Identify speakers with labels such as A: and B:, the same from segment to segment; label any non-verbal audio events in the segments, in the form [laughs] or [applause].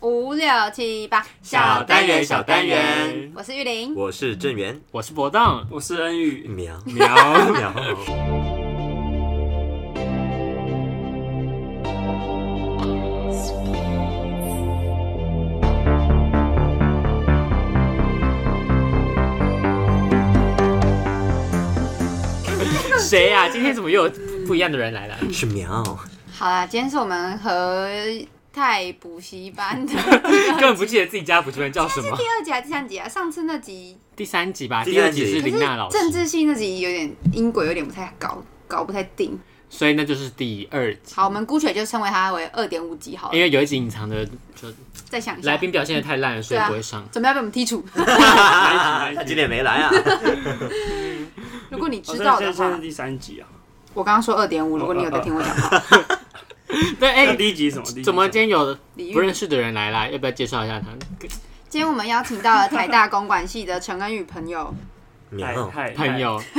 A: 五六七八
B: 小单元小单元
A: 我是玉玲。
B: 我是郑源
C: 我是博荡
D: 我是恩宇，
B: 苗
C: 苗，
B: 苗，
C: 谁呀、今天怎么又有不一样的人
D: [laughs]
C: 来了？
B: [laughs] 是苗，
A: 好啦，今天是我们和泰补习班的
C: 根本不记得自己家补习班叫什么
A: 第。二集还是第三集啊？上次那集
C: 第三集吧，
B: 第
C: 第二
B: 三集
C: 集是
A: 可
C: 林
A: 是
C: 娜老师，
A: 政治系那集有点音轨有点不太搞，搞不太定。
C: 所以那就是第二集。
A: 好，我们姑且就称为它为二点五集好了。
C: 因为有一集隐藏的，就
A: 再想一下，
C: 来宾表现的太烂了，所以
A: 对啊
C: 不会上。
A: 准备要被我们剔
C: [laughs]
A: 除。
B: 他今天没来
D: [laughs]
B: 啊，
A: 如果你
D: 哦
A: 知道
D: 这
A: 的
D: 是这是
A: 话，
D: 第三集啊，
A: 我刚刚说二点五，如果你有在听我讲话，
C: 对，哎、
D: 那第一集是什么？第一集是
C: 怎么今天有
A: 李玉
C: 不认识的人来啦？要不要介绍一下他？
A: 今天我们邀请到了台大公管系的陈恩宇朋友，
C: 哎
B: 苗，
D: 嗨
C: 朋，友。 [laughs]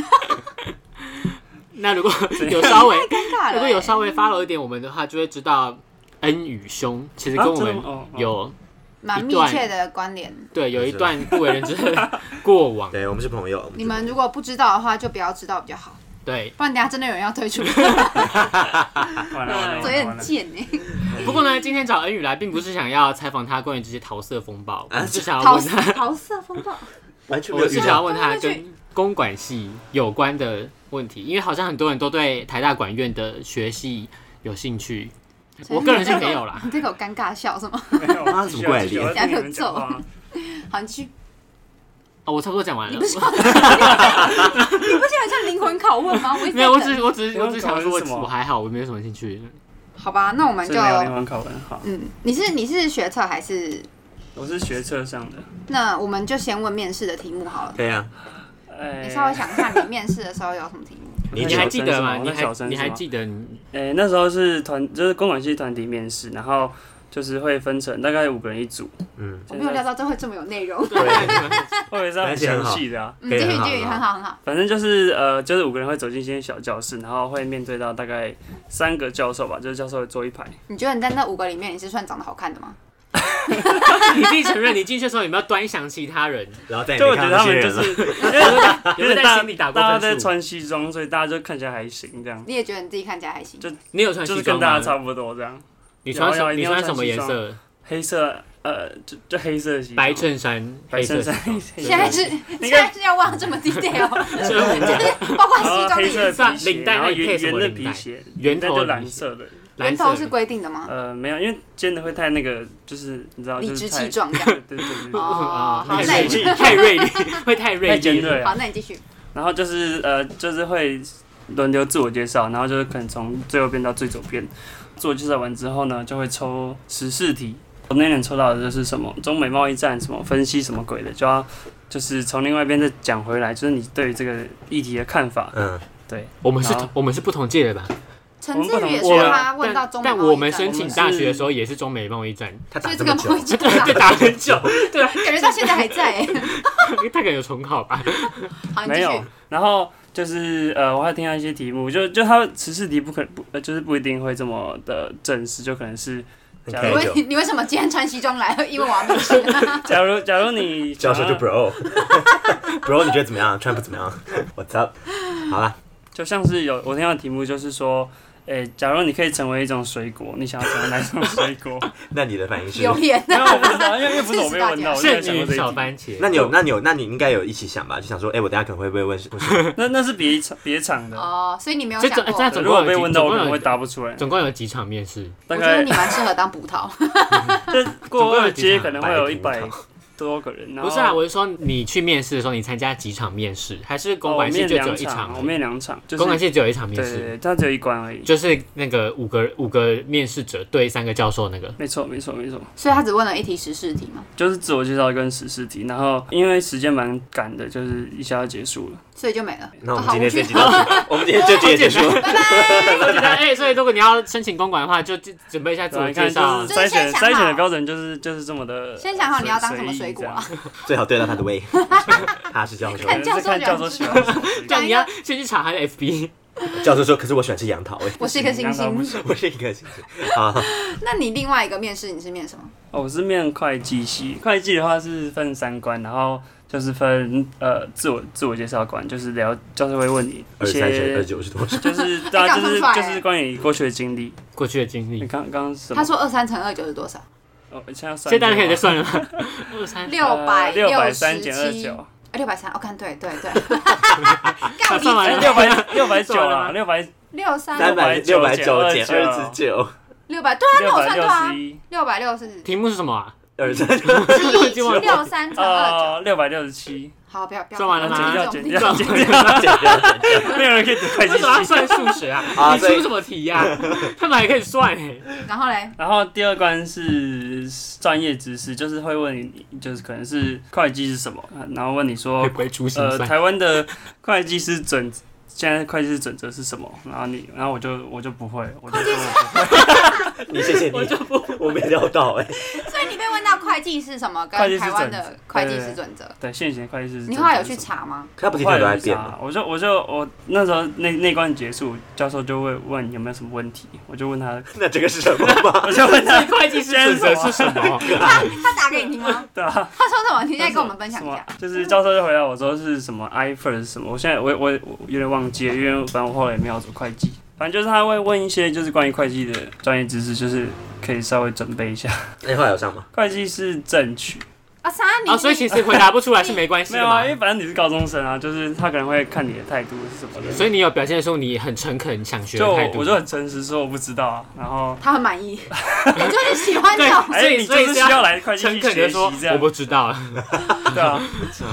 C: 那如果有稍微，
A: 尴尬
C: [laughs]
A: 了。
C: 如果有稍微 follow 一点我们的话，就会知道恩宇兄其实跟
D: 啊
C: 我
D: 真的吗哦
C: 们
D: 哦
C: 有、
A: 欸蛮密切的关联。
C: 对有一
B: 是吧
C: 段不为人知
D: [laughs]
C: 的过往。
B: 对我们是朋友，
A: 你们如果不知道的话，就不要知道比较好，
C: 对，
A: 不然等下真的有人要退出，
D: 嗨完了完了
A: 所以
D: 完了完
A: 很
D: 了，
A: 贱哎、
C: 不过呢，今天找恩宇来，并不是想要采访他关于这些桃色风暴，我
B: 啊
C: 们是想要
A: 桃
C: 问他，
A: 桃色风暴，
B: 完全没
C: 我
B: 有
C: 是
B: 遇
C: 想要
B: 到，
C: 问他
A: 对对对
C: 跟公管系有关的问题，因为好像很多人都对台大管院的学系有兴趣，我个人是没有啦
A: 你这个有尴尬笑是吗？
D: 没有
B: 啊什么怪
D: 继续
B: 脸
D: 我在听你们讲话
A: 好，你去，
C: 哦，我差不多讲完了。
A: 你不觉得很像灵魂拷问吗？我一直在
C: 没有，我
A: 等
C: 只我只我只想说我，
D: 你要搞的是什么
C: 我还好，我没有什么兴趣。
A: 好吧，那我们
D: 是
A: 就
D: 没有灵魂拷问好，
A: 嗯，你是你是学测还是？
D: 我是学车上的，
A: 那我们就先问面试的题目好了。
B: 对呀，
D: 哎
A: 你稍微想一下，你面试的时候有什么题目？
B: 你
C: 你还记得吗？
D: 我
C: 你
D: 在小
C: 还
D: 声
C: 你还
D: 是吗
C: 记得你？
D: 诶、那时候是团，就是公管系团体面试，然后就是会分成大概五个人一组。
B: 嗯，
A: 我没有料到这会这么有内容。
B: 对，
D: 我也是要很详细的啊。
A: 嗯，
B: 可
A: 继
B: 以
A: 续
B: 很好
A: 继续，很
B: 很
A: 好很好。
D: 反正就是呃，就是五个人会走进一间小教室，然后会面对到大概三个教授吧，就是教授会坐一排。
A: 你觉得你在那五个里面，你是算长得好看的吗？
C: 你自己承认，你进去的时候有没有端详其他人？
B: 然后再也
D: 就
B: 没
D: 我觉
B: 看
D: 得
B: 到
D: 他
B: 这些
D: 们就
B: 人了，
D: 是，因为
C: 有没有在心里打过
D: [laughs] 大家在
C: 分数？
D: 穿西装，所以大家就看起来还行，这样
A: 你也觉得你自己看起来还行
D: 就？
C: 你有穿
D: 就
C: 西
D: 是
C: 装
D: 跟大家
C: 吗？
D: 差不多这样。
C: 你穿
D: 有
C: 什
D: 有
C: 你
D: 一定要
C: 穿什么颜色？
D: 黑色呃，就就黑色的西装
C: 白衬衫，
D: 白衬衫
C: 黑色西装，哦
D: 黑色
A: 现在是现在是要忘这么 detail，就是包括哦西装的
D: 然后哦黑色
A: 颜
D: 的
A: 色
C: 算
D: 皮鞋，
C: 领带
D: 然后
C: 那你配
D: 圆
C: 什么
D: 圆的
C: 领带
D: 皮鞋，
C: 圆
D: 带
C: 头
D: 就
C: 的
D: 蓝
C: 皮
D: 色的。
A: 源
C: 蓝色
A: 头
C: 的
A: 是规定的吗？
D: 呃，没有，因为尖的会太那个，就是你知道，
A: 嗯理
D: 就
A: 直
D: 是
A: 气
D: 太
A: 壮这样。
D: 对 [laughs] 对对对，
A: 哦，好，
C: 啊太
A: 那
C: 锐
A: 你
C: 利，太锐 [laughs] 利，会太锐
D: 太尖
C: 利。
D: 锐
A: 好，
D: 啊。
A: 那你继续。
D: 然后就是呃，就是会轮流自我介绍，然后就是可能从最右边到最左边。自我介绍完之后呢，就会抽十四题。我那年抽到的就是什么中美贸易战，什么分析什么鬼的，就要就是从另外一边再讲回来，就是你对于这个议题的看法。
B: 嗯，
D: 对，
C: 我们是
D: 然后
C: 我们是不同届的吧？
A: 陈志宇也
C: 我
A: 是他问到中美
C: 但
A: 贸易
C: 我们
A: 战
C: 申请大学的时候也是中美贸易战， [laughs]
B: 他
A: 所
B: 打
A: 以这
B: 这
A: 个
B: 么
A: 贸
B: 久
A: 易，战大
C: 这打很久， [laughs] 对，
A: 感觉到现在还在欸。
C: 他可能有重考吧？
A: 好，啊你继
D: 没有
A: 续。。
D: 然后就是呃，我还听到一些题目，就就他十四题不可不呃，就是不一定会这么的正式，就可能是
B: [laughs] 很
D: 假
A: 你
D: 如
B: 开
A: [laughs]
B: 久
A: 为你为什么今天穿西装来？因为我要面试。
D: 假如假如你
B: 教授就
D: 想要
A: [laughs]
B: [laughs] bro，bro 你觉得怎么样？川普怎么样？What's up？好了，
D: 就像是有我听到的题目就是说，诶、假如你可以成为一种水果，你想要成为哪一种水
C: [laughs]
D: 果？
B: 那你的反应是？
A: 榴莲
D: 没有，我不知道，因为因为不是我没有闻
C: [laughs]
D: 到，我就
C: 剩
D: 在想
C: 女
D: 过这
C: 小
D: 一题。
C: 番茄，
B: 那你有，那你有，那你应该有一起想吧？就想说，哎，我等下可能会
A: [laughs]
B: 被问是，不是
D: 那那是别场别场的，
A: 哦，所以你没有
C: 这
A: 想
C: 种这
A: 过。
C: 总
D: 如
C: 共
D: 果
C: 有
D: 被
C: 几
D: 问到，我可能会
C: 总共有
D: 答不出来。
C: 总共有几场面试？
A: 我
D: 大
A: 觉得
D: 概
A: 你蛮适合当葡萄， [laughs]
D: 这过二
C: [laughs]
D: 阶
C: 总共有几
D: 可
C: 场
D: 能会有一
B: 白
D: 百
B: 葡
D: 多个人。然后
C: 不是啊，我是说你去面试的时候，你参加几场面试？还是公
D: 哦我
C: 管系
D: 面
C: 就只有
D: 两
C: 一
D: 场，
C: 场
D: 我
C: 而已？
D: 面两场，就是
C: 公管系只有一场
D: 对
C: 面
D: 对
C: 试，
D: 对，它只有一关而已。
C: 就是那个五个五个面试者对三个教授那个。
D: 没错，没错，没错，
A: 所以他只问了一题十四题嘛，
D: 就是自我介绍跟实事题，然后因为时间蛮赶的，就是一下就结束了。
A: 所以就没了。
B: 那我
A: 哦
B: 们
A: 好
B: 今
A: 无
B: 天这
A: 趣。
B: 集到此，我们今天这集也结束。
C: [laughs] 哎、所以如果你要申请公馆的话，就就准备一下自
D: 对啊，
C: 我
D: 你
C: 介
D: 看，
C: 绍
D: 就。是筛
A: 就是先
D: 选
A: 想
D: 筛选
A: 好
D: 的标准就是就是这么的随。
A: 先想好你要当什么水果啊
D: 随意
B: 最好对到
A: [laughs]
B: 他的胃，他是教授
D: 这。样
A: 教授 [laughs]
D: 是看教授喜欢什么水果。
C: 这样你要先去查他的 FB，
B: [laughs] 教授说：“可是我喜欢吃杨桃欸味。
A: [laughs] 我是一颗星
D: 难道不
A: 星。
D: [laughs] 是”
B: [laughs] 我是一个星星啊，
A: 那你另外一个面试你是面什么？
D: 哦，我是面会计系，会计的话是分三关，然后就是分呃自我自我介绍关，就是聊教授会问你一
B: 二十三
D: 些
B: 岁、二，九是多少？
D: 就是
A: [laughs]
D: 大
A: 哎
D: 家
A: 刚
D: 就
A: 刚
D: 是
A: 出来
D: 就是关于你过去的经历。
C: 过去的经
D: 你
C: 历，
D: 刚刚什么
A: 他？说二三乘二九是多少？
D: 哦，现在
C: 所以大家可以再
D: 在
C: 算了吗？二三
D: [laughs]
A: [laughs] 六百
D: 呃六百
A: 十
D: 三减二
A: 七，
D: 九，
A: 六百三。我看对对
C: [laughs]
A: 对，干我
C: 算完
A: 离
D: 哎，
C: 了
D: 六百六百九
A: [laughs]
C: 算了
D: 啦，
C: 吗
D: 六百
A: 六
B: 三
A: 三
B: 百
D: 690
B: 六百九减
D: 减
B: 二十九，
A: 六百，对啊，
D: 六
A: 那我
D: 百
A: 算
D: 六
A: 对啊
D: 十，一，
A: 六百六十
C: 题目是什么啊？
B: 二十三
C: 已经忘了
A: 六三乘二九。
D: 呃，六百六十七，
A: 好，不要不要，[laughs]
C: 算
D: [laughs]
C: 完了吗
D: 减掉
A: 这种
D: 减
A: 地
D: 掉
A: 方
D: 减掉， [laughs] 没有人可以读会
C: 为什么要
D: 计系。
C: 算数学
D: [laughs]
C: 啊？
B: 啊
C: 你
B: 所以
C: 出什么题呀、他们还可以算哎、
A: 然后嘞，
D: 然后第二关是专业知识，就是会问你，就是可能是会计是什么，然后问你说
C: 会不会出心
D: 呃，
C: 算？
D: 台湾的会计师准，现在会计师准则是什么？然后你，然后我就我就不会，我就说我不会
B: 你谢谢你，我没料到哎，
A: 所以你被问到会计是什么，
D: 会计
A: 跟
D: 师
A: 台湾
D: 准
A: 的
D: 则
A: 会
D: 对
A: 计
D: 对
A: 师
D: 对
A: 准则，
D: 对现行会计师准则是什么。
A: 你后来有去查吗？
B: 可他不是一
D: 后来
B: 天
D: 有
B: 都在
D: 去
B: 变
D: 查
B: 吗？
D: 我就我就我那时候那那关结束，教授就会问有没有什么问题，我就问他， [laughs]
B: 那这个是什么 [laughs] 吗？
D: 我就
C: [laughs]
D: 问他，
C: 会计师准则是什
D: [laughs]
C: 么？
A: 他他打给你听吗？
D: 对啊，
A: 他说什么？你现在跟我们分享
D: 什
A: 一
D: 么
A: 下。？
D: 就是教授就回答我说是什么 IFRS 什么，我现在我我我有点忘记了，因为反正我后来也没有做会计。反正就是他会问一些就是关于会计的专业知识，就是可以稍微准备一下。 [laughs]
B: 那你后来有上吗？
D: 会计是正取，
A: 啊，啥？你
C: 啊，所以其实回答不出来是没关系
D: 没
C: 的
D: 有
C: 嘛
D: 啊，因。为反正你是高中生啊，就是他可能会看你的态度是什么的。
C: 所以你有表现出你很诚恳想学的
D: 就
C: 态度，
D: 我就很诚实说我不知道啊，然后
A: 他很满意，你就是喜欢这种。
C: 对所以
D: 哎你就
C: 所以
D: 是
C: 是
D: 需
C: 要
D: 要来会计
C: 诚
D: 系
C: 恳
D: 学
C: 的
D: 习
C: 说
D: 这样
C: 我，不知道。
D: 对啊。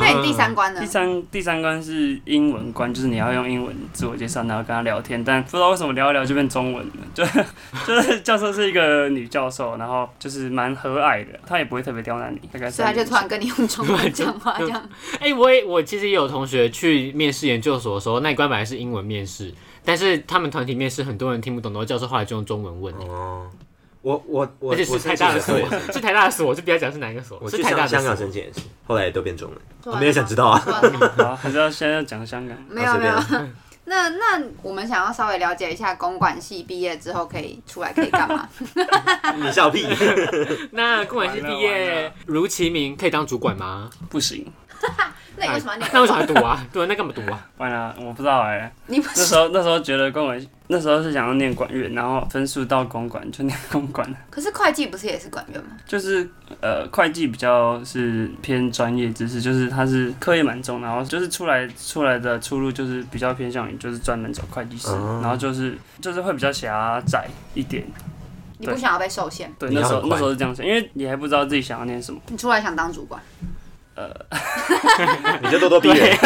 A: 那你第三关呢
D: 第？三第三关是英文关，就是你要用英文自我介绍，然后跟他聊天，但不知道为什么聊一聊就变中文了，就 [laughs] 就是教授是一个女教授，然后就是蛮和蔼的，她也不会特别刁难你，大概
A: 所以他就
D: 三年
A: 突然 [laughs] 跟你用中文讲话，这样。
C: 哎、我也我其实也有同学去面试研究所的时候，那一关本来是英文面试，但是他们团体面试很多人听不懂，然后教授后来就用中文问、
B: 哦，我我我
C: 而且是
B: 我
C: 台大的
B: 申请
C: 所
B: 的时候也是，，
C: 是台大的所，就不要讲是哪一个所，
B: 我
C: 是
B: 去
C: 台大的
B: 香香港
C: 所
B: 申请也是，后来也都变中文。
A: 做
B: 我
A: 完
B: 没有想知道啊，
A: 了
D: [laughs]
A: 吗。
D: 好，还是要现在要讲香港。
B: [laughs]
A: 没有
B: 随
A: 没
B: 便
A: 有
B: 啊。
A: 那那我们想要稍微了解一下公管系毕业之后可以出来可以干
D: [laughs]
A: 嘛？
B: 你笑屁！
C: 那公管系毕
D: 完
C: 业
D: 了，
C: 如其名可以当主管吗？
D: 不行，
A: 那你为什么要念？
C: 那为什么还读啊？对，那干嘛读啊？
D: 完了，我不知道哎、
A: 你不
D: 那
A: 是
D: 时？候那时候觉得公管，那时候是想要念管院，然后分数到公管就念公管，
A: 可是会计不是也是管院吗？
D: 就是呃会计比较是偏专业知识，就是它是课业蛮重，然后就是出来出来的出路就是比较偏向于就是专门走会计师，
B: 哦
D: 然后就是就是会比较狭窄一点。
A: 你不想要被受限，
D: 对，
B: 你要
D: 那时候
B: 很宽
D: 那时候是这样想，因为你还不知道自己想要念什么。
A: 你出来想当主管，
B: 你就咄咄逼人，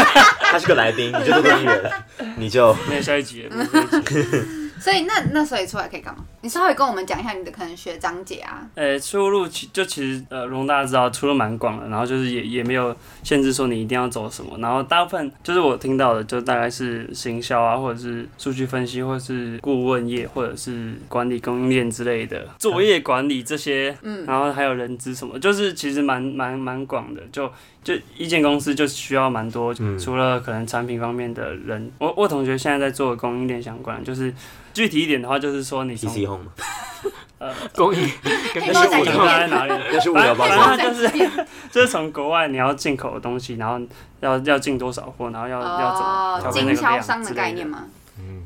B: 他是个来宾，你就咄咄逼人，你就
D: 那下一集了，
B: [laughs]
D: 没有下一集了
A: 所以那那所以出来可以干嘛？你稍微跟我们讲一下你的可能学长姐啊，
D: 呃、出路其就其实呃，如同大家知道，出路蛮广的，然后就是也也没有限制说你一定要走什么，然后大部分就是我听到的，就大概是行销啊，或者是数据分析，或者是顾问业，或者是管理供应链之类的作业管理这些，
A: 嗯
D: 然后还有人资什么，就是其实蛮蛮蛮广的，就就一间公司就需要蛮多，
B: 嗯
D: 除了可能产品方面的人，我我同学现在在做供应链相关，就是具体一点的话，就是说你
B: T
D: 从
B: C home 嘛，
D: 呃，
C: 公益跟
A: 可以帮
D: 那是
A: 我
D: 我
A: 讲一
D: 的
A: 遍
D: 话在哪里？
B: 那是无聊
A: 可以帮
B: 吧
D: 反正？
A: 我
D: 反正
A: 讲
D: 就是就是从国外你要进口的东西，然后要要进多少货，然后要 [laughs] 要怎么
A: 哦
D: 调，配那
A: 经
D: 个
A: 销
D: 量
A: 商的
D: 之类
A: 概念吗？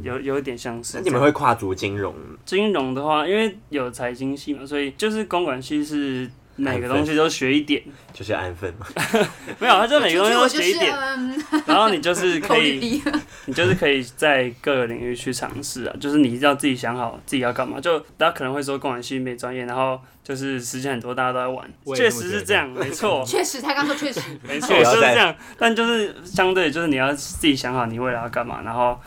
D: 有有一点相似
B: 那
D: 这样。
B: 你们会跨足金融
D: 金融的话，因为有财经系嘛，所以就是公管系是每个东西都学
A: [laughs]
D: 一点，
B: 就是安分嘛？
D: 没有，啊它就每个东西
A: 我
D: 都
A: 就
D: 学一
A: 是
D: 点，
A: 嗯，
D: 然后你就是
A: 口
D: 可
A: 语 [laughs]
D: 以，
A: 力，
D: 你就是可以在各个领域去尝试啊，就是你要自己想好自己要干嘛。就大家可能会说公管系没专业，然后就是时间很多，大家都在玩，
C: 我也
D: 确
C: 这么
D: 实
C: 觉
D: 是
C: 得
D: 这样，
C: [laughs]
D: 没错。
A: 确实，他刚说
D: [laughs]
A: 确实，
D: 没错，就是这样。但就是相对，就是你要自己想好你未来要干嘛，然后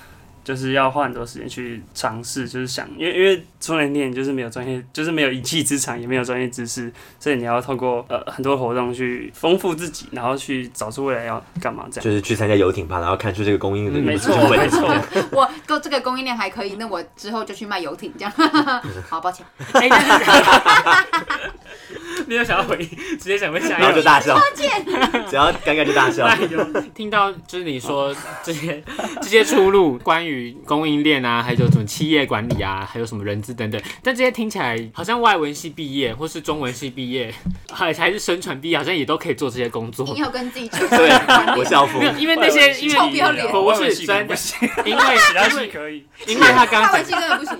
D: 就是要花很多时间去尝试，就是想，因为因为说难听点，就是没有专业，就是没有一技之长，也没有专业知识，所以你要透过呃很多活动去丰富自己，然后去找出未来要干嘛这样。
B: 就是去参加游艇吧，然后看出这个供应链
C: 嗯
B: 的
D: 没错，
B: 问
D: 没
B: 题
D: 错。
A: 我够这个供应链还可以，那我
D: [laughs]
C: 哎
A: [laughs]
C: [laughs]
A: 之后就去卖游艇这样。好，抱歉。
C: 哎那没有想要回，直接想问下
B: 然后
C: 一
B: 就
C: 个。
B: 大笑，
D: [laughs]
B: 只要尴尬就大笑。
C: 哎呦听到就是你说这些 [laughs] 这些出路，关于供应链啊，还有什么企业管理啊，还有什么人资等等，但这些听起来好像外文系毕业，或是中文系毕业，还还是生传毕业，好像也都可以做这些工作
A: 一。定要跟自己求
B: 对，我校服
C: 没。有，因为那些因
A: 臭
C: 为
A: 不要脸
C: 我是
D: 系可能
C: 真
D: 不
C: 的，
D: 行，
C: 因为
D: 其他
C: 因
D: 系
C: 为
D: 可以。
C: 因为他刚刚
A: 大
C: 讲
A: 文系真的不行，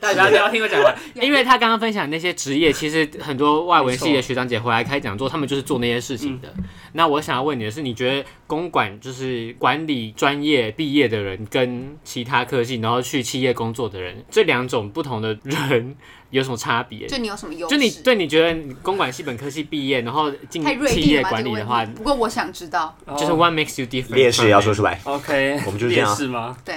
B: 大
C: 不要不要听我讲完， [laughs] 因为他刚刚分享那些职业，其实很多外文系的学长姐回来开讲座，他们就是做那些事情的。那我想要问你的是，你觉得公管就是管理专业毕业的人，跟其他科系然后去企业工作的人，这两种不同的人 [laughs] 有什么差别？
A: [laughs] 就你有什么优势？
C: 就你对你觉得你公管系本科系毕业，然后进
A: 太锐
C: 企
A: 利
C: 业
A: 了吧
C: 管
A: 这
C: 理
A: 个
C: 的
A: 问
C: 话
A: 题。，不过我想知道，
C: 就是 what makes you different？
B: 劣势也要说出来，
D: OK，
B: 我们就是这样啊
D: 劣势吗？
A: 对，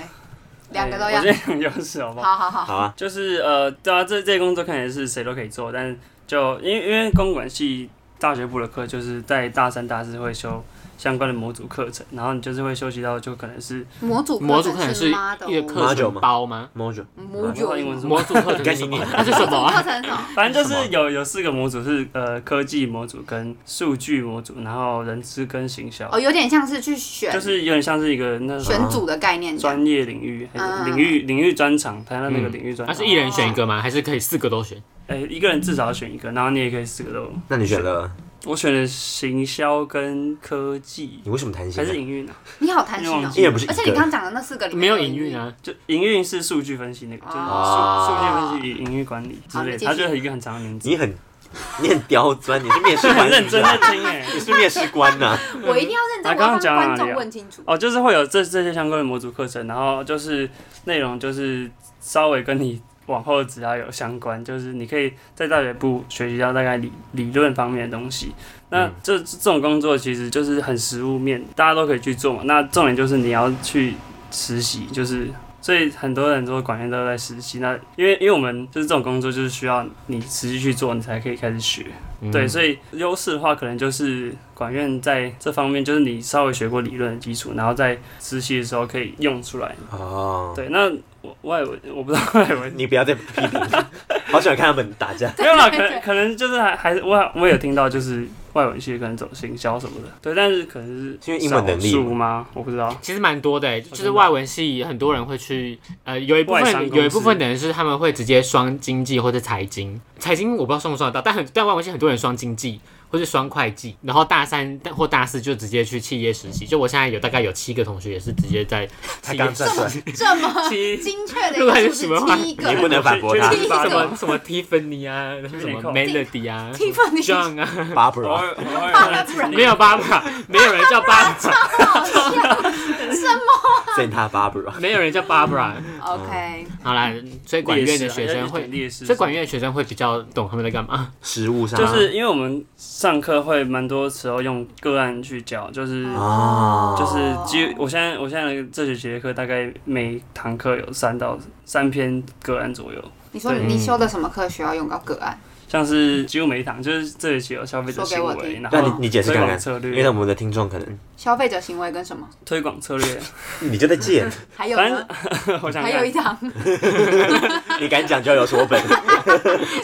A: 两个都要
D: 我。觉得有优势，好不好？
A: 好好好，
B: 好啊。
D: 就是呃，对啊，这这些工作可能是谁都可以做，但就因为因为公管系大学部的课，就是在大三、大四会修相关的模组课程，然后你就是会休息到就可能是
A: 模组
C: 模组课程是
A: 是妈的
C: 一个
A: 哦，
C: 课程包吗？
B: Mojo，
A: 模
D: 我不知
A: 组
D: 道英文是什么
C: 模组
B: [laughs]
C: 课程是什么？那是什么
A: 模组
C: 啊
A: 课？程是什么？
D: 反正就是有有四个模组是呃科技模组跟数据模组，然后人资跟行销，
A: 哦，有点像是去选
D: 就是有点像是一个那种
A: 选组的概念这样，
D: 专业领域、还是
A: 嗯
D: 领域领域专长，台湾那个领域专
C: 那嗯
D: 长，
C: 是一人选一个吗？还是可以四个都选？
D: 哎、一个人至少要选一个，然后你也可以四个
C: 嗯
D: 都。
B: 那你选了，
D: 我选了行销跟科技
B: 你为什么谈心
D: 还是
B: 呢？
D: 营运啊？
A: 你好贪心哦
B: 因。为不是一
A: 而且你刚
B: 个
A: 刚讲的那四个啊里面
C: 没有营运，啊，
D: 就营运是数据分析那个，就是
B: 哦
D: 数数据分析与营运管理之
A: 好你
D: 类的，
A: 继续
D: 它就是一个很长的名字。
B: 你很你很刁钻，你是面试官，
D: 很 [laughs] 认真在
B: 啊，
D: 听哎。
B: 你是面试官
D: [laughs]
B: 呐。
A: 我一定要认真，我
D: 啊
A: 要
D: 刚刚讲
A: 帮
D: 哪里啊
A: 观众问清楚。
D: 哦，就是会有这这些相关的模组课程，然后就是内容就是稍微跟你往后只要有相关，就是你可以在大学部学习到大概理理论方面的东西。那
B: 嗯
D: 这这种工作其实就是很实务面，大家都可以去做嘛。那重点就是你要去实习，就是。所以很多人说管院都在实习，那因为因为我们就是这种工作，就是需要你实际去做，你才可以开始学。
B: 嗯
D: 对，所
C: 以
D: 以优势的话，可能就是管院在这方面，就是你稍微学过理论的基础，然后在实习的时候可以用出来。
B: 哦，
D: 对，那我外文我不知道外文，
B: 你不要再批评，
D: [laughs]
B: 好喜欢看他们打架。
D: 没有啦，
A: 对
D: 可能可能就是还还是我我有听到就是外文系可能走行销什么的，对，但是可能是
B: 因为英文能力
D: 少数吗？我不知道。
C: 其实蛮多的欸，就
D: 真
C: 是
D: 的
C: 外文系很多人会去，呃，有一部
D: 外商公
C: 分
D: 司
C: 有一部分的人是他们会直接双经济或者财经，财经我不知道算不算得到，但很但外文系很多人双经济或是双会计，然后大三或大四就直接去企业实习，就我现在有大概有七个同学也是直接在
B: 他
C: 企业
B: 刚站
D: [laughs]
B: 出来，
A: 这么
C: 七
A: 精确的一
C: 录还
A: 个
C: 是
A: 数
C: 什么话
A: 字，第一
B: 你不
A: 个 [laughs]
B: 能反驳他
D: 去去
C: 什
D: 去
C: 么什么 Tiffany 啊，然后什么 Melody 啊
A: Tiffany [laughs]
C: John 啊，
B: Barbara，
D: 偶尔
C: 没有爸爸，没有人叫爸爸，
B: 见他 Barbara，
C: 没有人叫 Barbara。
A: OK，
C: 好啦，所以管院
D: 啊
C: 的学生会，
D: 劣势，
C: 所以管院的学生会比较懂他们在干嘛。
B: 食物上
D: 就是因为我们上课会蛮多时候用个案去教，就是
C: 啊
B: 哦
D: 就是几乎，我现在我现在的这学期的课大概每堂课有三到三篇个案左右，
A: 你说
C: 对
A: 你修的什么科学要用到个案？
D: 像是几乎每一堂就是这学期有消费者
A: 说
D: 行
A: 给我
D: 为，
A: 听
D: 然
B: 那你
D: 后
B: 你解释
D: 推
B: 看
D: 广
B: 看，
D: 策
B: 因为
D: 略，
B: 我们的听众可能
A: 消费者行为跟什么？
D: 推广策略， [laughs]
B: 你就在借，
A: 还有
D: 反
A: 呢
D: 正？我想
A: 还有
D: 看
A: 一堂，
B: 你敢讲就要有所本。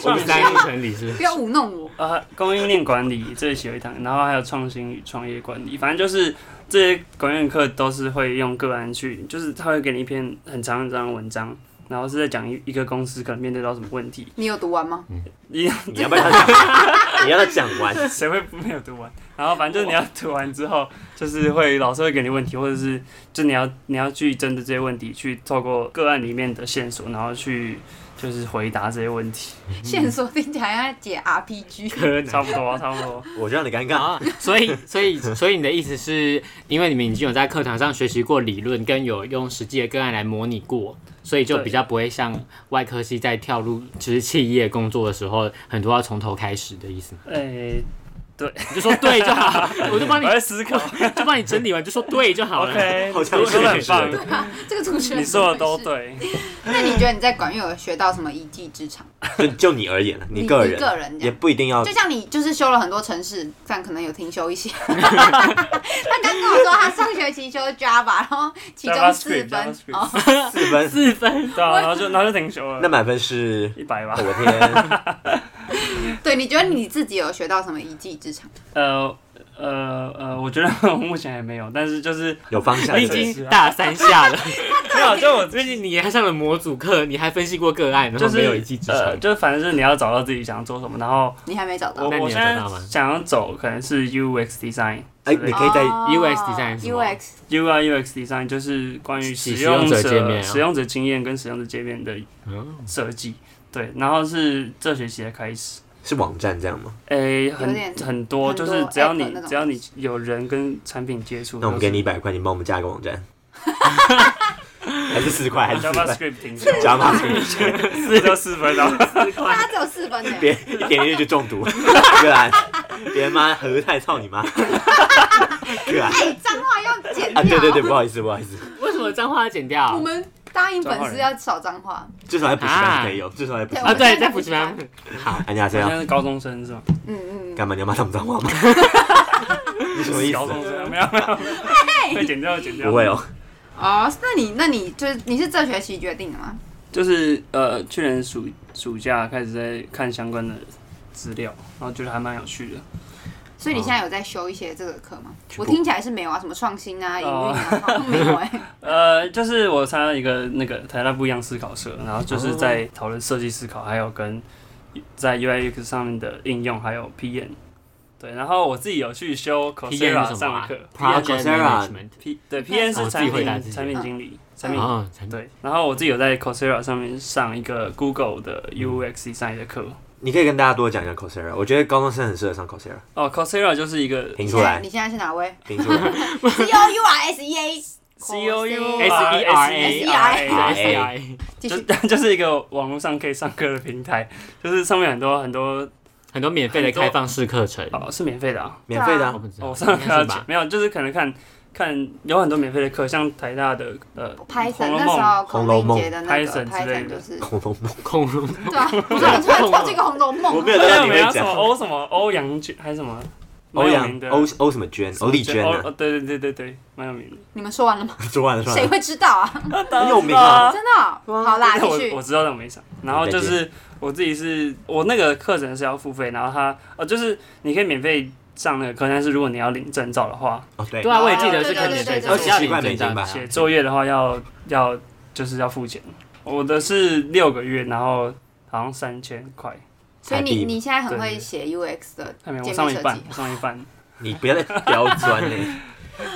C: 我们三一成理是
A: 不要舞弄我。
D: 啊，供应链管理这学期有一堂，然后还有创新与创业管理，反正就是这些管院课都是会用个案去，就是他会给你一篇很长很长的文章。然后是在讲一一个公司可能面对到什么问题，
A: 你有读完吗？
D: 你
B: 你要不要他讲？你要他讲完，
D: [laughs] 谁会没有读完？然后反正就是你要读完之后，就是会老师会给你问题，或者是就你要你要去针对这些问题，去透过个案里面的线索，然后去就是回答这些问题，
A: 线索听起来像在解 RPG。
C: 柯
D: 差不多、啊、差不多。
B: 我就让你尴尬。
C: 啊，所以 [laughs] 所以所以你的意思是因为你们已经有在课堂上学习过理论，跟有用实际的个案来模拟过，所以就比较不会像外科系在跳入就是企业工作的时候，很多要从头开始的意思吗。
D: 哎、
C: [laughs] 你就说对就好，我就帮 [laughs] 你
D: 我在思考。
C: 就帮你整理完，就说对就 [laughs] 好了。
D: OK，
B: 好像
D: 你说的很
B: 是
D: 棒，
A: [laughs] 这个主持人
D: 你说的
A: 怎么回
D: 都
A: 事。
D: 对。
A: 那你觉得你在管乐有学到什么一技之长？
B: 就就你而言了，你个
A: 你
B: 人
A: 个人这
B: 也
A: 样。
B: 不一定
D: 呃
B: 要
A: 就像你就是修了很多城市，但可能有停修
D: [laughs]
A: 一些。他刚跟我说他上学期修 Java，然后其中四分
D: JavaScript，JavaScript
A: 哦， [laughs]
B: 四分，
C: 四分，
D: 对啊，然后就然后就停休了。
B: 那满分是，
D: 一百吧
B: 我。的天，
A: 所以你觉得你自己有学到什么一技之长？
D: 呃呃呃，我觉得我目前还没有，但是就是
B: 有方向
C: 你已
B: 是不是
C: 经大三下 [laughs] 了，
D: 没有，啊就我
C: 最近你还上了模组课，你还分析过个案，然
D: 就
C: 后
D: 是
C: 没有一技之
D: 呃，
C: 长。
D: 就是反正就是你要找到自己想做什么，然后
A: 你还没找到
D: 我
C: 那你
D: 我
C: 有
D: 现
C: 找
D: 在
C: 到吗
D: 想要走可能是 UX design
B: 哎
D: 之类
B: 你
D: 的。
B: 可以在
A: 哦
C: UX design 是吗
A: UX
D: UI UX design 就是关于
C: 使
D: 使
C: 使用
D: 用
C: 者
D: 者
C: 界面啊
D: 使用者经验跟使用者界面的
C: 嗯
D: 设计，对，然后是这学期的开始。
B: 是网站这样吗？
D: 诶、
A: 有点
D: 很很多，
A: 很多
D: 就是只要
A: app
D: 你
A: 那种
D: 只要你有人跟产品接触，
B: 那我们
D: 就
B: 给
D: 是
B: 你一百块，你帮我们架个网站，还是四块，还是四块
D: 啊 JavaScript 停止
B: ？Java
D: 四到四分钟，
A: 他只有四分呢，
B: 别一点进去就中毒， [laughs] 对啊，别妈何太操你妈，对啊，
A: 哎，脏话要剪掉。
B: 啊对对对，不好意思不好意思，
C: 为什么脏话要剪掉？
A: 我们答应粉丝要少脏话，
B: 至少在补习班可以有，至少在补习
C: 啊，
B: 班。
C: 对，在补习班。
B: 安家这
D: 好
B: 样
D: [laughs] 像是高中生是吗？
A: 嗯嗯，
B: 干嘛？你要骂他们脏话吗？你什么意
D: 高中
B: 思？
D: 生没有
A: [laughs]
D: 没有，会剪掉剪掉。
B: 不会哦，
A: 哦，那你那你就是你是这学期决定的吗？
D: 就是呃，去年暑暑假开始在看相关的资料，然后觉得还蛮有趣的。
A: 所以你现在有在修一些这个课吗？我听起来是没有啊，什么创新啊、营运
D: 哦
A: 啊，好像没有哎。
D: 呃，就是我参加一个那个台大不一样思考社，然后就是在讨论设计思考，还有跟在 UI UX 上面的应用，还有 PM。对，然后我自己有去修
C: P N 是
D: Coursera
C: 什么
D: 上
C: 啊
D: 课
C: ？Project
B: Coursera
C: Management。
D: ，P 对 PM
C: 哦
D: 是
C: 自己
D: 产
C: 回答自
D: 品
C: 己
D: 产品经理，产品
A: 嗯
C: 哦，成
D: 对。然后我自己有在 Coursera 上面上一个 Google 的 UX design 的课。
B: 你可以跟大家多讲一下 Coursera，我觉得高中生很适合上啊 Coursera，
D: 哦，Coursera 就是一个
B: 评
A: 你
B: 出
A: 现在
B: 来
A: 你，现在是哪位
B: 评出来。
A: [laughs] ？C O U R S E A，
D: C O U
C: S E R A
A: S E
B: R A
D: A，
C: S E I
A: 继
D: 就 [laughs]
A: 续
D: 就是一个网络上可以上课的平台，就是上面很多很多
C: 很多免费的开放式课程，
D: 哦是免费的啊，
B: 免费的
C: 我
B: 啊，
C: 不知
A: 嗯
C: 道，
D: 哦我上
C: 应
D: 课
C: 该
D: 要
C: 是吧？
D: 没有，就是可能看看有很多免费的课，像台大的呃红
A: Python
D: 楼
A: 那
D: 梦
A: 时候孔
B: 红楼
A: 令
B: 梦
A: 杰的那个
D: Python 之类
A: Python
D: 的
A: 就是
B: 恐龙梦，
C: 恐龙
A: 对啊，我怎么突然跳这个《红楼梦》？啊
B: 我没有料
D: 没
B: 到
D: 有
B: 你
D: 没有
B: 会
D: 什么
B: 讲。
D: 欧什么欧阳娟还是什么
B: [laughs] 欧
D: 蛮有
B: 阳
D: 名的
B: 欧欧什么娟，欧丽娟
D: 欧
B: 啊，
D: 对对对对对，蛮有名的。
A: 你们说完了吗？
B: 说完了说完
A: 哦谁
B: 了，
A: 会知道啊？
B: 很有名啊。
A: 真的哦、好啦，继
D: [laughs] 我
A: 续
D: 我。知道那我没上，然后就是我自己是我那个课程是要付费，然后他呃就是你可以免费上那个课，但是如果你要领证照的话，
B: 哦对
C: 对，啊，我也记得是可以免费
A: 对对对对
D: 哦
C: 的，只
D: 啊
C: 哦要你
B: 27块美金吧
D: 写作业的话要要就是要付钱。我的是六个月，然后好像三千块，
A: 所以
B: 才
A: 你
B: 第一
A: 你现在很会写 UX 的界
D: 还没
A: 面
D: 我
A: 设
D: 上一半
A: 计，，
D: 我上一半。
B: 你不要再刁钻嘞。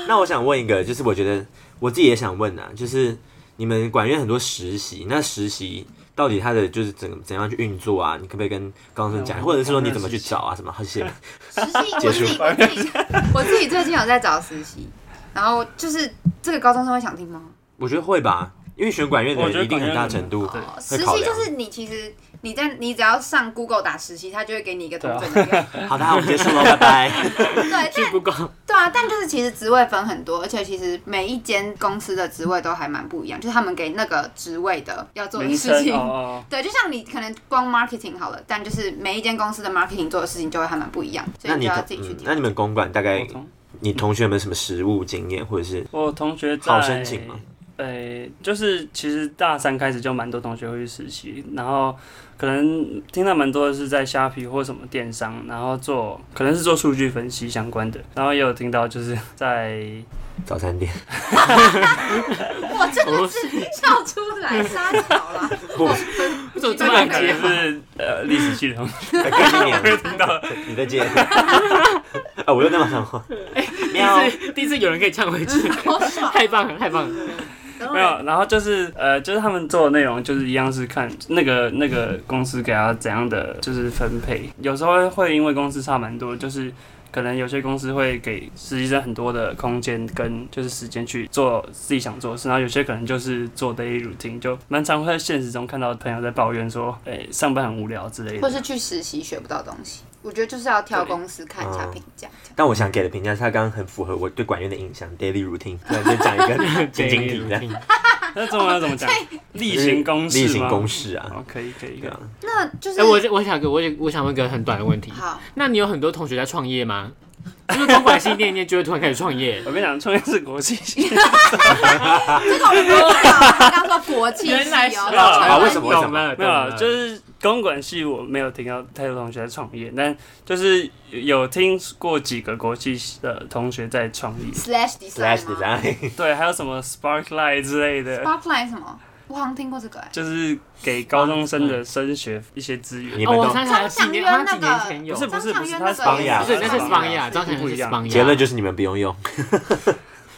B: 那我想问一个，就是我觉得我自己也想问啊，就是你们管院很多实习，那实习到底它的就是怎怎样去运作啊？你可不可以跟高中生讲，
D: 嗯
B: 或者是说你怎么去找啊？什么好谢谢。
A: 实习我
B: 结
A: 自己
B: 束
A: 我自己我自己最近有在找实习，然后就是这个高中生会想听吗？
B: 我觉得会吧，因为选管院的人一定很大程度
D: 我觉得管院的人对
A: 哦实
B: 会考
A: 习就
B: 量。
A: 是你其实你在你只要上 Google 打实习，它就会给你一个通准的一个。
B: 好的，好我们结束了，拜拜。
A: 对，
B: [laughs]
A: 但
C: 去 Google
A: 对啊，但就是其实职位分很多，而且其实每一间公司的职位都还蛮不一样，就是他们给那个职位的要 [laughs] 做的
D: 名
A: 事
D: 称
A: 情。
D: 哦，
A: [laughs] 对，就像你可能光 marketing 好了，但就是每一间公司的 marketing 做的事情就会还蛮不一样， [laughs] 所以
B: 那
A: 你
B: 你
A: 就要
B: 同
A: 自己去
B: 嗯
A: 听。
B: 那你们公馆大
D: 我
B: 概
D: 同
B: 你同学们什么实务经验，或者是
D: 我同学在
B: 好申请啊吗？
D: 呃，就是其实大三开始就蛮多同学会去实习，然后可能听到蛮多的是在虾皮或什么电商，然后做可能是做数据分析相关的，然后也有听到就是在
B: 早餐
D: [laughs]
B: 店？
A: [laughs] 我真的是笑出来，杀草
C: [laughs]
A: 啦！
C: 为什么这
D: 这
C: 么
D: 个
C: 难
D: 可
C: 接
D: [laughs] 能
C: 话？
D: 是呃历史系的同学，
B: 再跟哎你讲
D: 会听到
B: 你再
D: [laughs]
B: 见。啊，我又在马上话。喵。
C: 第一 [laughs] 次第一次有人可以唱回去，
A: 好爽。
C: [laughs] 太棒了，
A: [laughs]
C: 太棒了！
D: 没
B: 哦
D: 有，然后就是呃，就是他们做的内容就是一样是看那个那个公司给他怎样的就是分配，有时候会因为公司差蛮多，就是可能有些公司会给实习生很多的空间跟就是时间去做自己想做的事，然后有些可能就是做 daily routine，就蛮常会在现实中看到朋友在抱怨说，哎、上班很无聊之类
A: 或
B: [laughs]
D: 的。
A: 是去实习学不到东西，我觉得就是要挑公司看一
C: 嗯
A: 下评价。这样
B: 但我想给的评价是，他刚刚很符合我对管院的印象，daily routine，突然间讲
D: [laughs]
B: 一个
C: 对
B: 情景体的
D: 那中文要
B: [laughs]
D: 怎么讲？例行公事吗？
B: 例行公事啊，
D: 哦，可以可
B: 对
D: 以可以。 [laughs]
B: 啊，
A: 那就是、
C: 哎，我我想个我有我想问个很短的问题，
A: 好，
C: 那你有很多同学在创业吗？就是公管系念一念就会突然开始创
A: [laughs]
C: 业，
D: 我跟你讲，创业是国际性的，
A: 这个我们不知道。他刚说国际系
C: 原来是
A: 哦，
C: 啊
A: 然后。
B: 为什么
C: 懂了？
B: 为什么
C: 啊懂了
D: 没有啦，就是公管系我没有听到太多同学在创业，但就是有听过几个国际的同学在创
C: [laughs]
D: 业
A: slash
B: Slash
A: design 吗
B: design，
D: 对，还有什么 Sparklight 之类的，
A: ？Spotlight 什么？我好像听过这个哎、
D: 就是给高中生的升学一些资源。
B: 你
C: 哦，
B: 们
C: 我
B: 都
C: 想起来了，几年，好像几年前有，
D: 不是
A: 张长
D: 不是不是，
A: 渊
D: 他
A: 那
D: 是
A: 个
B: 邦雅
C: 不是，那是
B: 斯
C: 邦亚，张晨
D: 不
C: 是
D: 一样。
C: 邦亚。
B: 结论就是你们不用 [laughs] 用，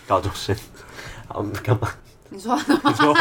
B: 高中生。好，干嘛？
A: 你说
B: 你说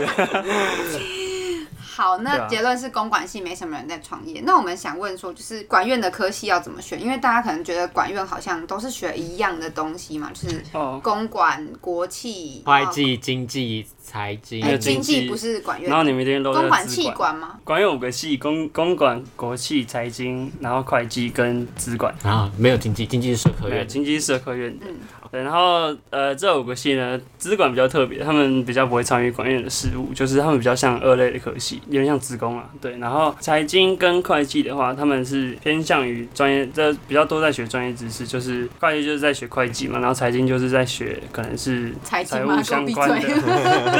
A: [laughs] 好，
D: 啊对
A: 那
D: 啊
A: 结论是公管系没什么人在创业。那我们想问说，就是管院的科系要怎么选？因为大家可能觉得管院好像都是学一样的东西嘛，就是
D: 哦，
A: 公管、国企、
C: 会计、经济、财经
A: 哎、，
D: 有
A: 经
D: 经
A: 济
D: 济
A: 不是管院
D: 然，后你们一定都在
A: 公管、
D: 资
A: 气
D: 管。
A: 管吗？
D: 管有五个系，公公管、国企、财经，然后会计跟资管，
C: 然后啊没有经济，经济是社科
D: 对，
C: 院。
D: 经济社科院的
A: 嗯。
D: 对然后呃，这五个系呢，资管比较特别，他们比较不会参与管院的事务，就是他们比较像二类的科系，有点像职工啊。对，然后财经跟会计的话，他们是偏向于专业，这比较多在学专业知识，就是会计就是在学会计嘛，然后财经就是在学可能是
A: 财经
D: 财
A: 吗
D: 务
A: 给我
D: 相
A: 闭
D: 关的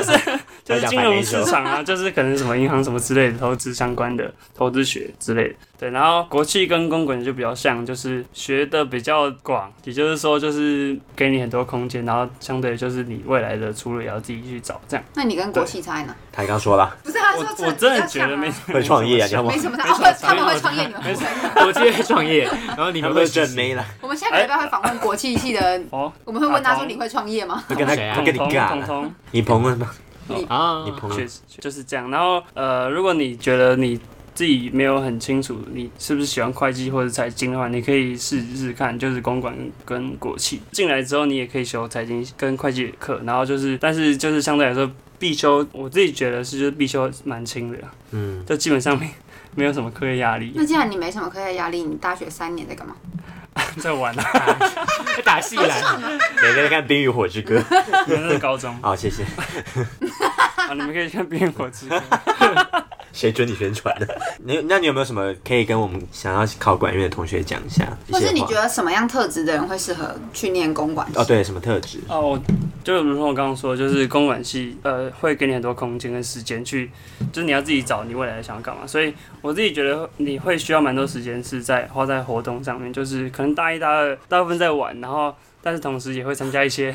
A: 嘴。
D: [laughs] 就是金融市场啊，就是可能什么银行什么之类的投资相关的投资学之类的。对，然后国际跟公管就比较像，就是学的比较广，也就是说就是给你很多空间，然后相对就是你未来的出路也要自己去找这样。
A: 那你跟国企差在哪？
B: 他刚说了，
A: 不是他
D: 我
A: 说
D: 我
A: 比
D: 真的
A: 较
D: 觉得
A: 强啊
B: [laughs]
D: 没
B: 会创业啊，你
D: 什
B: 要
D: 么
B: 吗
A: 没？什么
D: 没
A: 他
D: 什
A: 会
D: 么
A: 他
D: 差
A: 们会创业，你们不会。
C: 国际会创业，然后你
B: 他
C: 们
B: 们
C: 会
B: 是正
C: 没
B: 妹了，
A: [laughs] 我们下个礼拜会访问国际系的，
D: 哦，
A: 我们会问他
D: 打
A: 说
D: 工
A: 你会创业吗？
B: 会跟他
C: 谁啊
B: 会跟你
D: 通
B: 尬
D: 通
B: 了，
D: 通，
B: 你朋友吗？
C: 啊
B: 你朋友
D: 确实就是这样。然后呃，如果你觉得你自己没有很清楚你是不是喜欢会计或者财经的话，你可以试试看，就是公管跟国企进来之后，你也可以修财经跟会计的课，然后就是但是就是相对来说必修，我自己觉得是就是必修蛮轻的，
B: 嗯，
D: 就基本上没没有什么课业压力 [laughs]
A: 那既然你没什么课业压力，你大学三年在干嘛？
D: 在玩啊， [laughs]
C: 在打戏
A: 哦
C: 啦。
A: 啊
B: 每天在看《冰与火之歌》。
D: 你们是高中
B: 好，谢谢。
D: 啊，你们可以看《冰与火之歌》。
B: 谁准你宣传的？ [laughs] 你那你有没有什么可以跟我们想要考管院的同学讲一下？一
A: 或
B: 些
A: 是你
B: 话
A: 觉得什么样特质的人会适合去念公管系？
B: 哦，对，什么特质？
D: 哦，就如同我刚刚说，就是公管系，呃，会给你很多空间跟时间去，就是你要自己找你未来想要干嘛。所以我自己觉得你会需要蛮多时间是在花在活动上面，就是可能大一、大二大部分在玩，然后但是同时也会参加一些，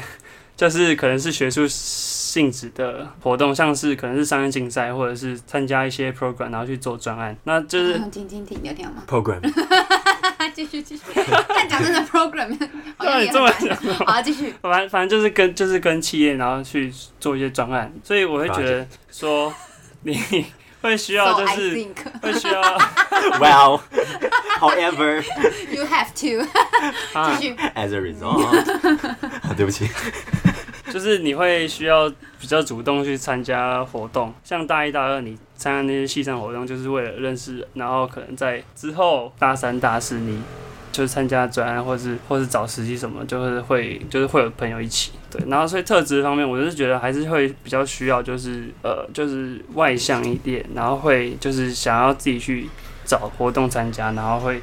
D: 就是可能是学术性质的活动，像是可能是商业竞赛，或者是参加一些 program，然后去做专案。那就是
A: 嗯晶晶体，你有听到吗？
B: program
A: [laughs] 继续继续， [laughs] 但讲真的，program 好像
D: 对
A: 也
D: 这
A: 很
D: 么
A: 难。好，继续。
D: 反反正就是跟就是跟企业，然后去做一些专案，所以我会觉得说你 [laughs] 会
A: So
D: 需要啊就
A: I
D: 是
A: think [laughs]
D: 会需要
B: well [laughs] however
A: you have to
D: [laughs] 啊，
A: 继续。
B: as a result
A: [laughs]
B: 啊，对不起，
D: 就是你会需要比较主动去参加活动，像大一大二你参加那些系上活动，就是为了认识人，然后可能在之后大三大四你就是参加专案，或是或是找实习什么，就是会就是会有朋友一起。对，然后所以特质方面，我就是觉得还是会比较需要，就是呃，就是外向一点，然后会就是想要自己去找活动参加，然后会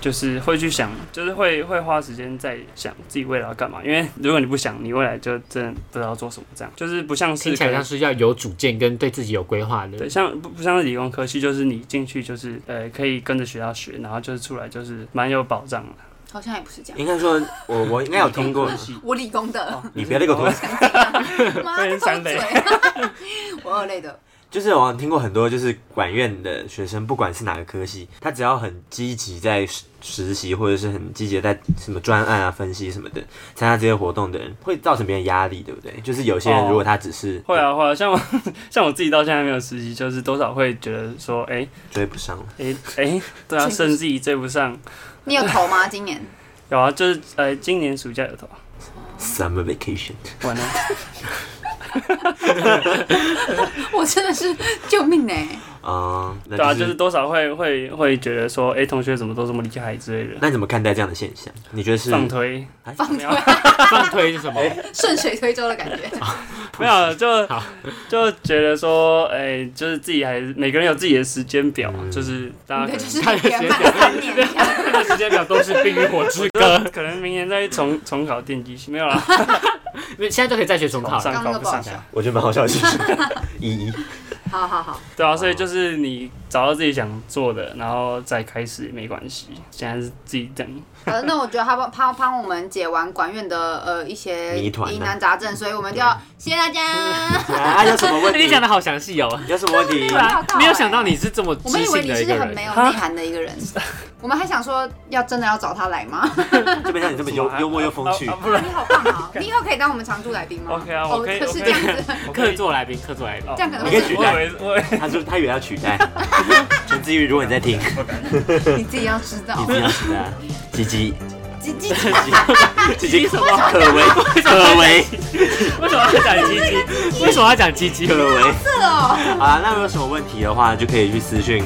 D: 就是会去想，就是会会花时间在想自己未来要干嘛。因为如果你不想，你未来就真的不知道做什么，这样就是不像是
C: 听起来
D: 可能
C: 像是要有主见跟对自己有规划的。
D: 对，像不不像是理工科系，就是你进去就是呃可以跟着学校学，然后就是出来就是蛮有保障的。
A: 好像也不是这样。
B: 应该说我我应该有听过
D: 理工科，系
A: 我理工的，
B: 你不要那个东西，
A: 妈的，
D: 哦三
A: 张
D: 类
A: 嘴。 [laughs] 我二类的，
B: 就是我听过很多就是管院的学生，不管是哪个科系，他只要很积极在实实习，或者是很积极地在什么专案啊、分析什么的，参加这些活动的人，会造成别人压力，对不对？ [laughs] 就是有些人
D: 哦
B: 如果他只是
D: 会啊会啊，像我 [laughs] 像我自己到现在没有实习，就是多少会觉得说，哎
B: 追不上，
D: 哎哎，对啊，甚至己追不上。
A: 你有投吗？今年？
D: 有啊，就是呃，今年暑假有投，
B: summer vacation。
D: 完了，
A: [laughs] 我真的是救命哎、
B: 啊、那
D: 对啊，
B: 就是、
D: 就是多少会会会觉得说，哎，同学怎么都这么厉害之类的，
B: 那你怎么看待这样的现象？你觉得是
D: 放推
B: 哎
A: 放推
D: 没有，
C: 放推是什么？
A: 顺水推舟的感
D: [laughs]
A: 觉。
D: 没有，啊就
C: 好
D: 就觉得说，哎、就是自己还是每个人有自己的时间表，啊
B: 嗯
D: 就是大家
A: 对，
D: 可
A: 就
D: 能
A: 是你圆满三年这
D: [laughs]
A: 样。
C: 这个时间表都是《冰与火之歌》，
D: 可能明年再重重考电机系，没有啦，
C: 因为现在就可以再学重考
D: 上
C: 了。
A: 刚刚
D: 考
A: 都
D: 不
A: 不好
D: 上
A: 笑
D: 来。 [laughs]
B: 我觉得蛮好笑的，其实一一
A: 好好好，
D: 对啊，所以就是你找到自己想做的，然后再开始也没关系。现在是自己这样，
A: 呃，那我觉得他帮他帮我们解完管院的呃一些
B: 谜团啊
A: 疑难杂症，所以我们就要谢谢大家。
B: 啊，有什么问题？
C: 你讲的好详细哦，
B: 有什么问题
A: 对？啊
C: 没有想到你是这么
A: 我们
C: 知
A: 以为
C: 性
A: 你
C: 的一
A: 是
C: 个
A: 很
C: 人
A: 没。有内涵的一个人，我们还想说要真的要找他来吗？
B: 就没像你这么幽幽默又风趣
D: 啊。啊不然
A: 你好棒啊！你以后可以当我们常驻来宾吗
D: OK 啊，
A: 哦
D: 我可以，
A: 可
D: 我
A: 是
D: 可
A: 这
D: 以
A: 样子，
D: 我可
C: 客
D: 以
C: 座来宾，客座来宾。
D: 哦
A: 这样可能
B: 你可以举
A: 会
D: 我以为我以为 [laughs]
B: 他说他以为要取代 [laughs] 陈志玉，如果你在听，
A: 你自己要知道
B: 你。自己要取代。吉吉，
A: 鸡鸡
B: 吉吉，可为可为
D: 为什么要讲鸡鸡？
C: 为什么要讲鸡鸡？
B: 可为
A: 色哦
B: 好啊！那如果有什么问题的话，就可以去私讯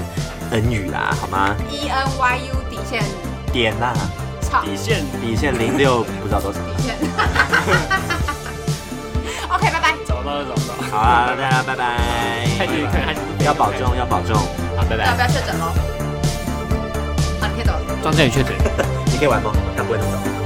B: 恩宇啦，好吗？
A: ，E N Y U 底线
B: 点啦，
A: 草
D: 底线
B: 底线零六不知道多少。
A: 底线。OK，拜拜。
D: 找到就找到。
B: 好啊，大家拜
C: 看你看他
B: 拜，
C: 是不是
B: 要保重，要保重，
C: 好，拜
A: 要
C: 拜。
A: 不要确诊哦？啊，你可以走了。
C: 庄正宇确诊。
B: 你可以玩吗？他不会弄走。
D: 哦